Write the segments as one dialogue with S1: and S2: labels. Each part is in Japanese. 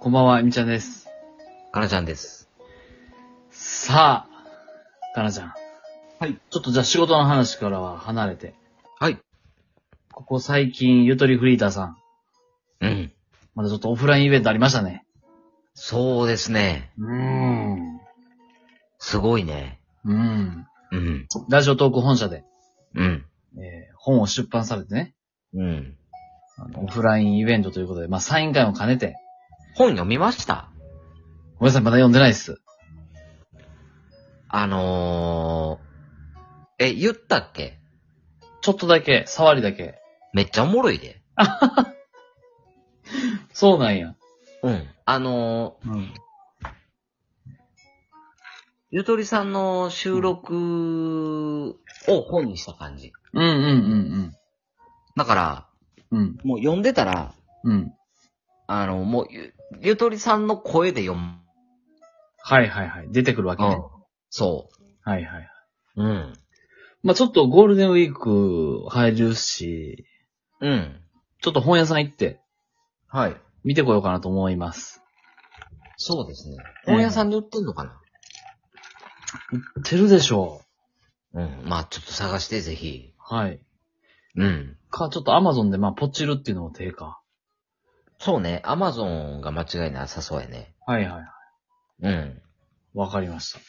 S1: こんばんは、えみちゃんです。
S2: かなちゃんです。
S1: さあ、かなちゃん。
S2: はい。
S1: ちょっとじゃあ仕事の話からは離れて。
S2: はい。
S1: ここ最近、ゆとりフリーターさん。
S2: うん。
S1: まだちょっとオフラインイベントありましたね。
S2: そうですね。
S1: うーん。
S2: すごいね。
S1: うん。
S2: うん。
S1: ラジオトーク本社で、
S2: うん。
S1: えー本を出版されてね。
S2: うん。
S1: あのオフラインイベントということで、まあ、サイン会も兼ねて。
S2: 本読みました
S1: ごめんなさい、まだ読んでないっす。
S2: あのー、え、言ったっけ
S1: ちょっとだけ、触りだけ。
S2: めっちゃおもろいで。
S1: そうなんや。
S2: うん。あのー、
S1: うん。
S2: ゆとりさんの収録を本にした感じ。
S1: うんうんうん
S2: だから、
S1: うん。うん。
S2: もう読んでたら、
S1: うん。
S2: あの、もうゆ、ゆとりさんの声で読む。
S1: はいはいはい。出てくるわけね。
S2: そ
S1: はいはい。
S2: う。うん。
S1: まあちょっとゴールデンウィーク入るし、
S2: うん。
S1: ちょっと本屋さん行って
S2: はい。
S1: 見てこようかなと思います。
S2: そうですね。本屋さんに売ってんのかな、
S1: 売ってるでしょ
S2: うん。まあ、ちょっと探して、ぜひ
S1: う。。はい。
S2: うん。
S1: か、ちょっとアマゾンでまあポチるっていうのも手か。
S2: そうね。アマゾンが間違いなさそうやね。
S1: はいはい。
S2: うん。
S1: わかりました。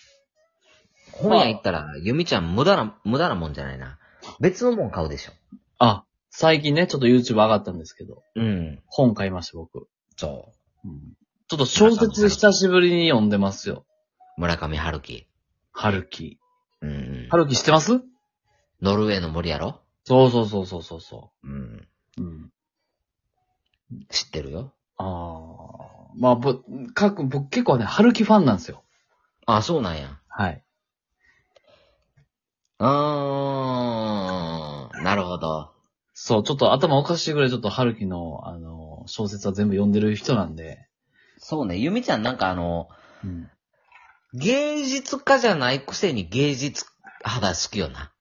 S2: 本屋行ったら、ゆみちゃん無駄な、無駄なもんじゃないな。別のもん買うでしょ。
S1: あ、最近ね、ちょっと YouTube 上がったんですけど、
S2: うん。
S1: 本買いました僕。
S2: そ
S1: ちょっと小説久しぶりに読んでますよ。
S2: う。村上春樹。
S1: 春樹。
S2: うん。
S1: 春樹知ってます
S2: ノルウェーの森やろ
S1: そうそうそうそうそうそ
S2: うん。
S1: う。うん。
S2: 知ってるよ。
S1: あー。まあ、ぼ、各、僕結構ね、春樹ファンなんですよ。
S2: あ、そうなんや。
S1: はい。
S2: あーん。なるほど。
S1: そう、ちょっと頭おかしいぐらいちょっと春樹の、あの、小説は全部読んでる人なんで。
S2: そうね。ゆみちゃんなんかあの、
S1: うん。
S2: 芸術家じゃないくせに芸術肌好きよな。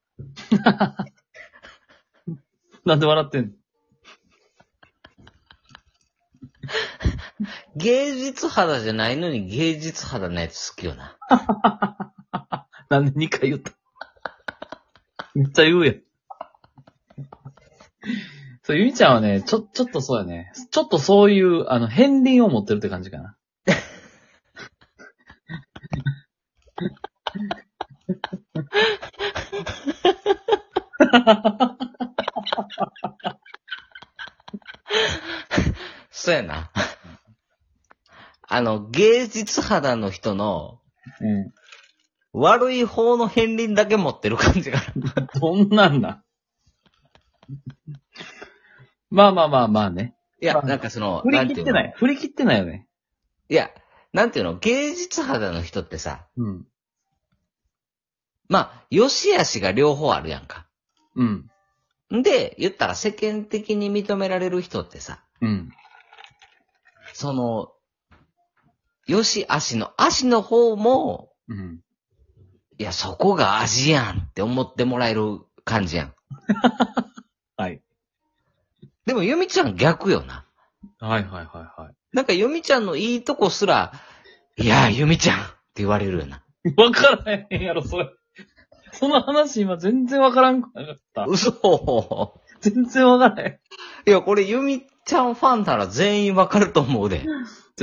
S1: なんで笑ってんの
S2: 芸術肌じゃないのに芸術肌のやつ好きよな。
S1: なんで2回言っためっちゃ言うやん。そう、ゆみちゃんはね、ちょ、ちょっとそうやね。ちょっとそういう、あの、片鱗を持ってるって感じかな。
S2: そうやな。あの、芸術肌の人の
S1: うん。
S2: 悪い方の片鱗だけ持ってる感じが。
S1: どんなんだまあまあまあまあね。
S2: いや、なんかその、
S1: 振り切ってなん
S2: ていう
S1: い。振り切ってないよね。
S2: の。いや、なんていうの、芸術肌の人ってさ、
S1: うん。
S2: まあ、良し悪しが両方あるやんか。
S1: うん。
S2: んで、言ったら世間的に認められる人ってさ、
S1: うん。
S2: その、良し悪しの足の方も、
S1: うん。
S2: いや、そこが味やんって思ってもらえる感じやん。
S1: はい。
S2: でも、ゆみちゃん逆よな。
S1: はいはいはいは
S2: なんか、ゆみちゃんのいいとこすら、いやー、ゆみちゃんって言われるよな。
S1: い。 わからへんやろ、それ。その話今全然わからんくなかった。
S2: 嘘
S1: 全然わからへん。
S2: いや、これ、ゆみちゃんファンなら全員わかると思うで。
S1: だ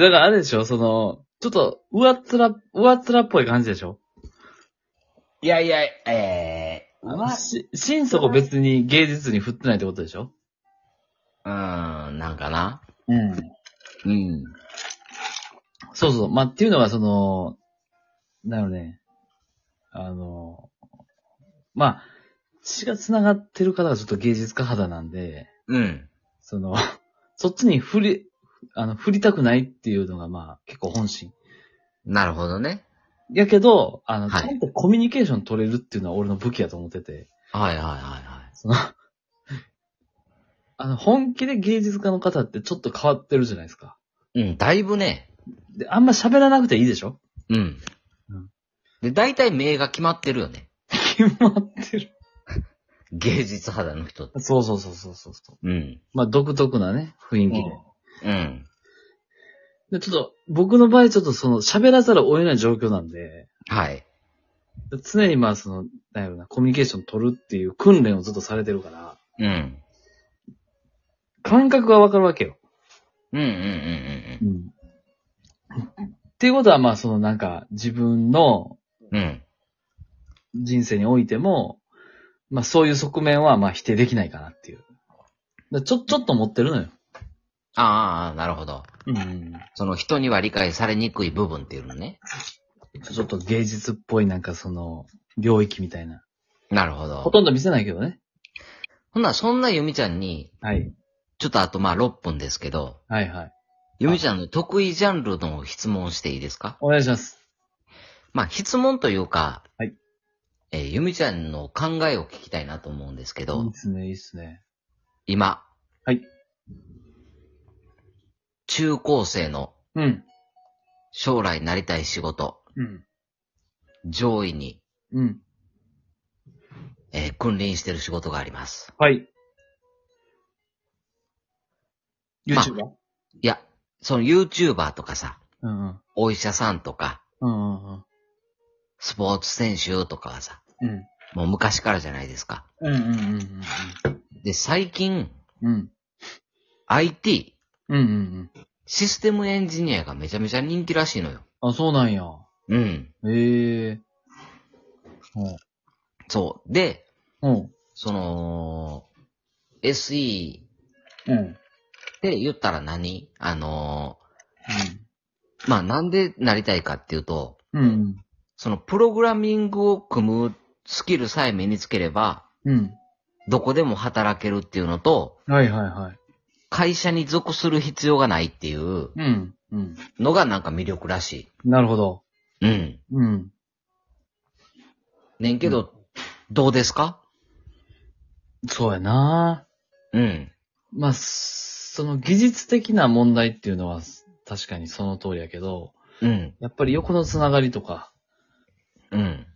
S1: からあれでしょ、その、ちょっと、上っ面、上っ面っぽい感じでしょ
S2: いやいや、えー、うわ、
S1: し、心底別に芸術に振ってないってことでしょ
S2: うーん、なんかな。
S1: うん。
S2: うん。
S1: そうそう。まあ、っていうのがその、なのね、あの、まあ、血が繋がってる方がちょっと芸術家肌なんで、
S2: うん。
S1: その、 そっちに振り、あの、振りたくないっていうのが、まあ、結構本心。
S2: なるほどね。
S1: やけど、あの、
S2: はい
S1: ちゃんとコミュニケーション取れるっていうのは俺の武器やと思ってて、
S2: はいはいはいはい。
S1: その、あの、本気で芸術家の方ってちょっと変わってるじゃないですか。
S2: うん、だいぶね。
S1: で、あんま喋らなくていいでしょ
S2: うん
S1: うん。
S2: で、大体名が決まってるよね。
S1: 決まってる。
S2: 芸術肌の人って。
S1: そうそうそうそうそうそう。
S2: うん。
S1: まあ、独特なね、雰囲気で。
S2: うん。
S1: でちょっと、僕の場合ちょっとその、喋らざるを得ない状況なんで、
S2: はい。
S1: 常にまあその、なんやろな、コミュニケーション取るっていう訓練をずっとされてるから、
S2: うん。
S1: 感覚がわかるわけよ。
S2: うんうんうん
S1: うん。っていうことはまあそのなんか、自分の
S2: うんうん。うん。
S1: 人生においても、まあそういう側面はまあ否定できないかなっていう。だちょ、ちょっと持ってるのよ。
S2: ああ、なるほど。
S1: うん。
S2: その人には理解されにくい部分っていうのね。
S1: ちょっと芸術っぽいなんかその、領域みたいな。
S2: なるほ
S1: ほ
S2: ど。
S1: とんど見せないけどね。
S2: ほんならそんなゆみちゃんに、
S1: はい。
S2: ちょっとあとまあ6分ですけど、
S1: はいはい。
S2: ゆみちゃんの得意ジャンルの質問をしていいですか
S1: お願いします。
S2: まあ質問というか、
S1: はい。
S2: えーゆみちゃんの考えを聞きたいなと思うんですけど、
S1: いいっすね、いいっすね。
S2: 今。
S1: はい。
S2: 中高生の
S1: うん。
S2: 将来なりたい仕事、
S1: うん。
S2: 上位に、
S1: うん。
S2: えー君臨してる仕事があります。
S1: はい。
S2: まあ
S1: YouTuber?
S2: いや、その YouTuber とかさ、
S1: うんうん。
S2: お医者さんとか、
S1: うんうん
S2: スポーツ選手とかはさ、
S1: うん。うん。
S2: もう昔からじゃないですか。
S1: うんうんうんうん
S2: で、最近、
S1: うん。うん。
S2: IT、
S1: うんうんうん。
S2: システムエンジニアがめちゃめちゃ人気らしいのよ。
S1: あ、そうなんや。
S2: うん。
S1: ええ
S2: そう。で、
S1: うん。
S2: その、SE っ
S1: うん。
S2: て言ったら何あのーまあ、なんでなりたいかっていうと、
S1: うん。うん。
S2: そのプログラミングを組むスキルさえ身につければ、
S1: うん。
S2: どこでも働けるっていうのと、
S1: はいはいはい。
S2: 会社に属する必要がないっていう
S1: うん。うん。
S2: のがなんか魅力らし
S1: なるほど。
S2: い。うん。
S1: うん。
S2: ねんけど、どうですか
S1: そうやな
S2: うん。
S1: まあ、その技術的な問題っていうのは確かにその通りやけど、
S2: うん。
S1: やっぱり横のつながりとか、
S2: うん。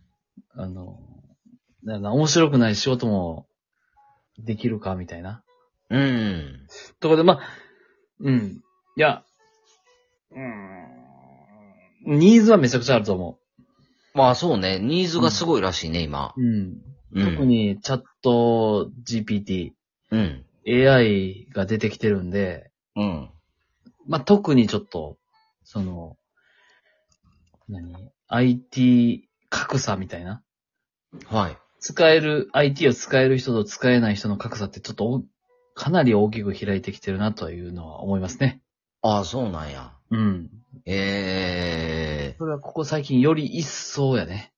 S1: あの、なんやろな面白くない仕事もできるかみたいな。
S2: うん。
S1: ところで、まあ、うん。いや、うん。ニーズはめちゃくちゃあると思
S2: まあそうね、ニーズがすごいらしいね、今。
S1: う。うん。
S2: うん
S1: 特。にチャット GPT、
S2: うん。
S1: AI が出てきてるんで、
S2: うん。
S1: まあ、特にちょっと、その、何 ?IT 格差みたいな
S2: はい。
S1: 使える、IT を使える人と使えない人の格差ってちょっとおかなり大きく開いてきてるなというのは思いますね。
S2: ああ、そうなんや。
S1: うん。
S2: ええ
S1: それはここ最近より一層やね。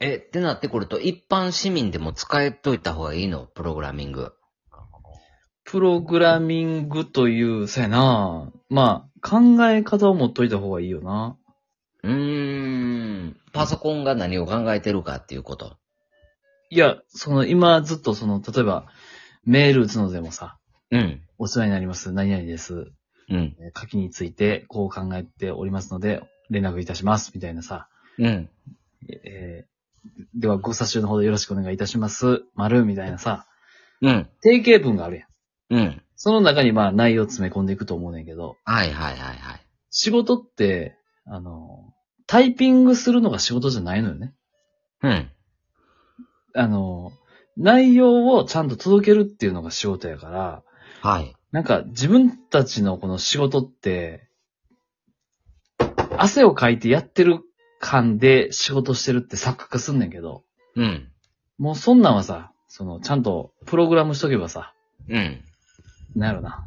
S2: え、ってなってくると、一般市民でも使えといた方がいいのプログラミング。
S1: プログラミングという、さやなまあ、考え方を持っといた方がいいよな。
S2: うーん。パソコンが何を考えてるかっていうこと。
S1: いや、その、今ずっとその、例えば、メール打つのでもさ、
S2: うん。
S1: お世話になります、何々です。
S2: うん。
S1: えー書きについて、こう考えておりますので、連絡いたします、みたいなさ。
S2: うん。
S1: えーでは、ご差しのほどよろしくお願いいたします、丸、みたいなさ。
S2: うん。
S1: 定型文があるやん。
S2: うん。
S1: その中にまあ、内容を詰め込んでいくと思うねんけど、
S2: はいはいはいはい。
S1: 仕事って、あの、タイピングするのが仕事じゃないのよね。
S2: うん。
S1: あの、内容をちゃんと届けるっていうのが仕事やから、
S2: はい。
S1: なんか自分たちのこの仕事って、汗をかいてやってる感で仕事してるって錯覚すんねんけど、
S2: うん。
S1: もうそんなんはさ、その、ちゃんとプログラムしとけばさ、
S2: うん。
S1: なんやろな。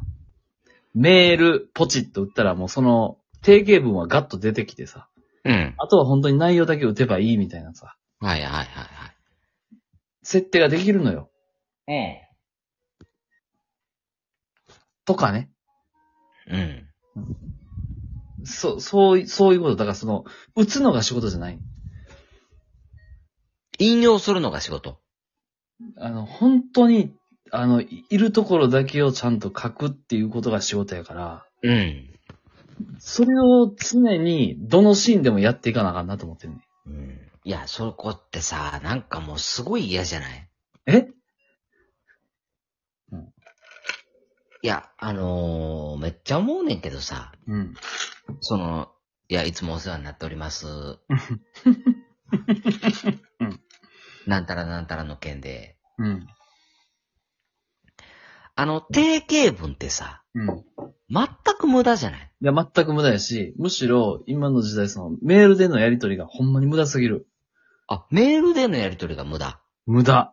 S1: メール、ポチッと打ったらもうその、定型文はガッと出てきてさ、
S2: うん。
S1: あとは本当に内容だけ打てばいいみたいなさ、
S2: はいはいはいはい。
S1: 設定ができるのよ。
S2: え
S1: とかね。
S2: え。うん。
S1: そう、そうい、そういうこと。だからその、打つのが仕事じゃない。
S2: 引用するのが仕事。
S1: あの、本当に、あの、いいるところだけをちゃんと書くっていうことが仕事やから、
S2: うん。
S1: それを常にどのシーンでもやっていかなあかんなと思ってんね。
S2: うん。いや、そこってさ、なんかもうすごい嫌じゃない
S1: え
S2: いや、あのーめっちゃ思うねんけどさ、
S1: うん。
S2: その、いや、いつもお世話になっております。なんたらなんたらの件で。
S1: うん。
S2: あの、定型文ってさ、
S1: うん。
S2: 全く無駄じゃない
S1: いや、全く無駄やし、むしろ、今の時代、その、メールでのやりとりがほんまに無駄すぎる。
S2: あ、メールでのやりとりが無駄。
S1: 無駄。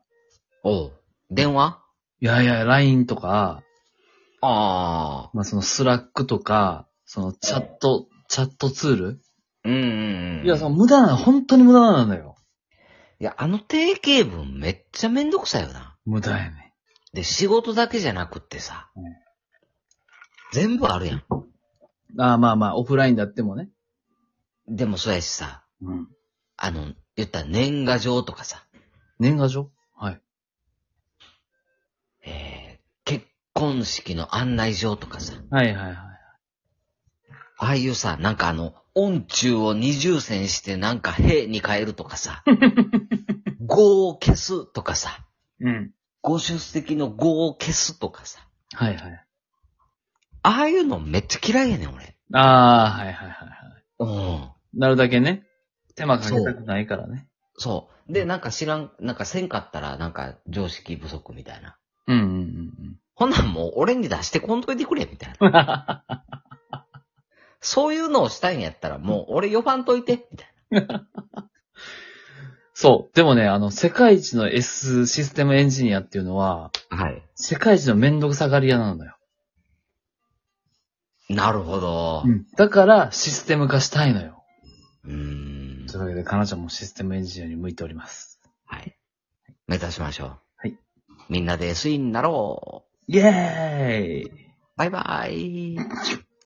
S2: おう。電話
S1: いやいや、LINE とか、
S2: ああ。
S1: まあ、その、スラックとか、その、チャット、チャットツール、
S2: うんうんうん。
S1: いや、その、無駄な、本当に無駄なのよ。
S2: いや、あの定型文めっちゃめんどくさいよな。
S1: 無駄やね。
S2: で、仕事だけじゃなくってさ
S1: うん、
S2: 全部あるやん。
S1: ああ、まあまあ、オフラインだってもね。
S2: でもそうやしさ、
S1: うん。
S2: あの、言ったら年賀状とかさ、
S1: 年賀状はい。
S2: えー、結婚式の案内状とかさ、
S1: はいはいはい。
S2: ああいうさ、なんかあの、音中を二重線してなんか兵に変えると かさ、語を消すとかさ、
S1: うん。
S2: ご出席の語を消すとかさ、
S1: はいはい。
S2: ああいうのめっちゃ嫌いやねん、俺。
S1: ああ、はいはいはいはい。
S2: うん。
S1: なるだけね、手間かけたくないからね。
S2: そう。で、なんか知らん、なんかせんかったら、なんか常識不足みたいな。
S1: うんうんうん
S2: ほんなんもう俺に出してこんといてくれ、みたいな。
S1: うん。 あ
S2: そういうのをしたいんやったら、もう俺呼ばんといて、みたい
S1: そう。でもね、あの、世界一の S システムエンジニアっていうのは、
S2: な。はい。
S1: 世界一のめんどくさがり屋なのよ。
S2: なるほど。
S1: だから、システム化したいのよ。
S2: うーん。
S1: というわけで、かなちゃんもシステムエンジニアに向いております。
S2: はい。目指しましょう。
S1: はい。
S2: みんなで SE になろう。
S1: イェーイ
S2: バイバイ。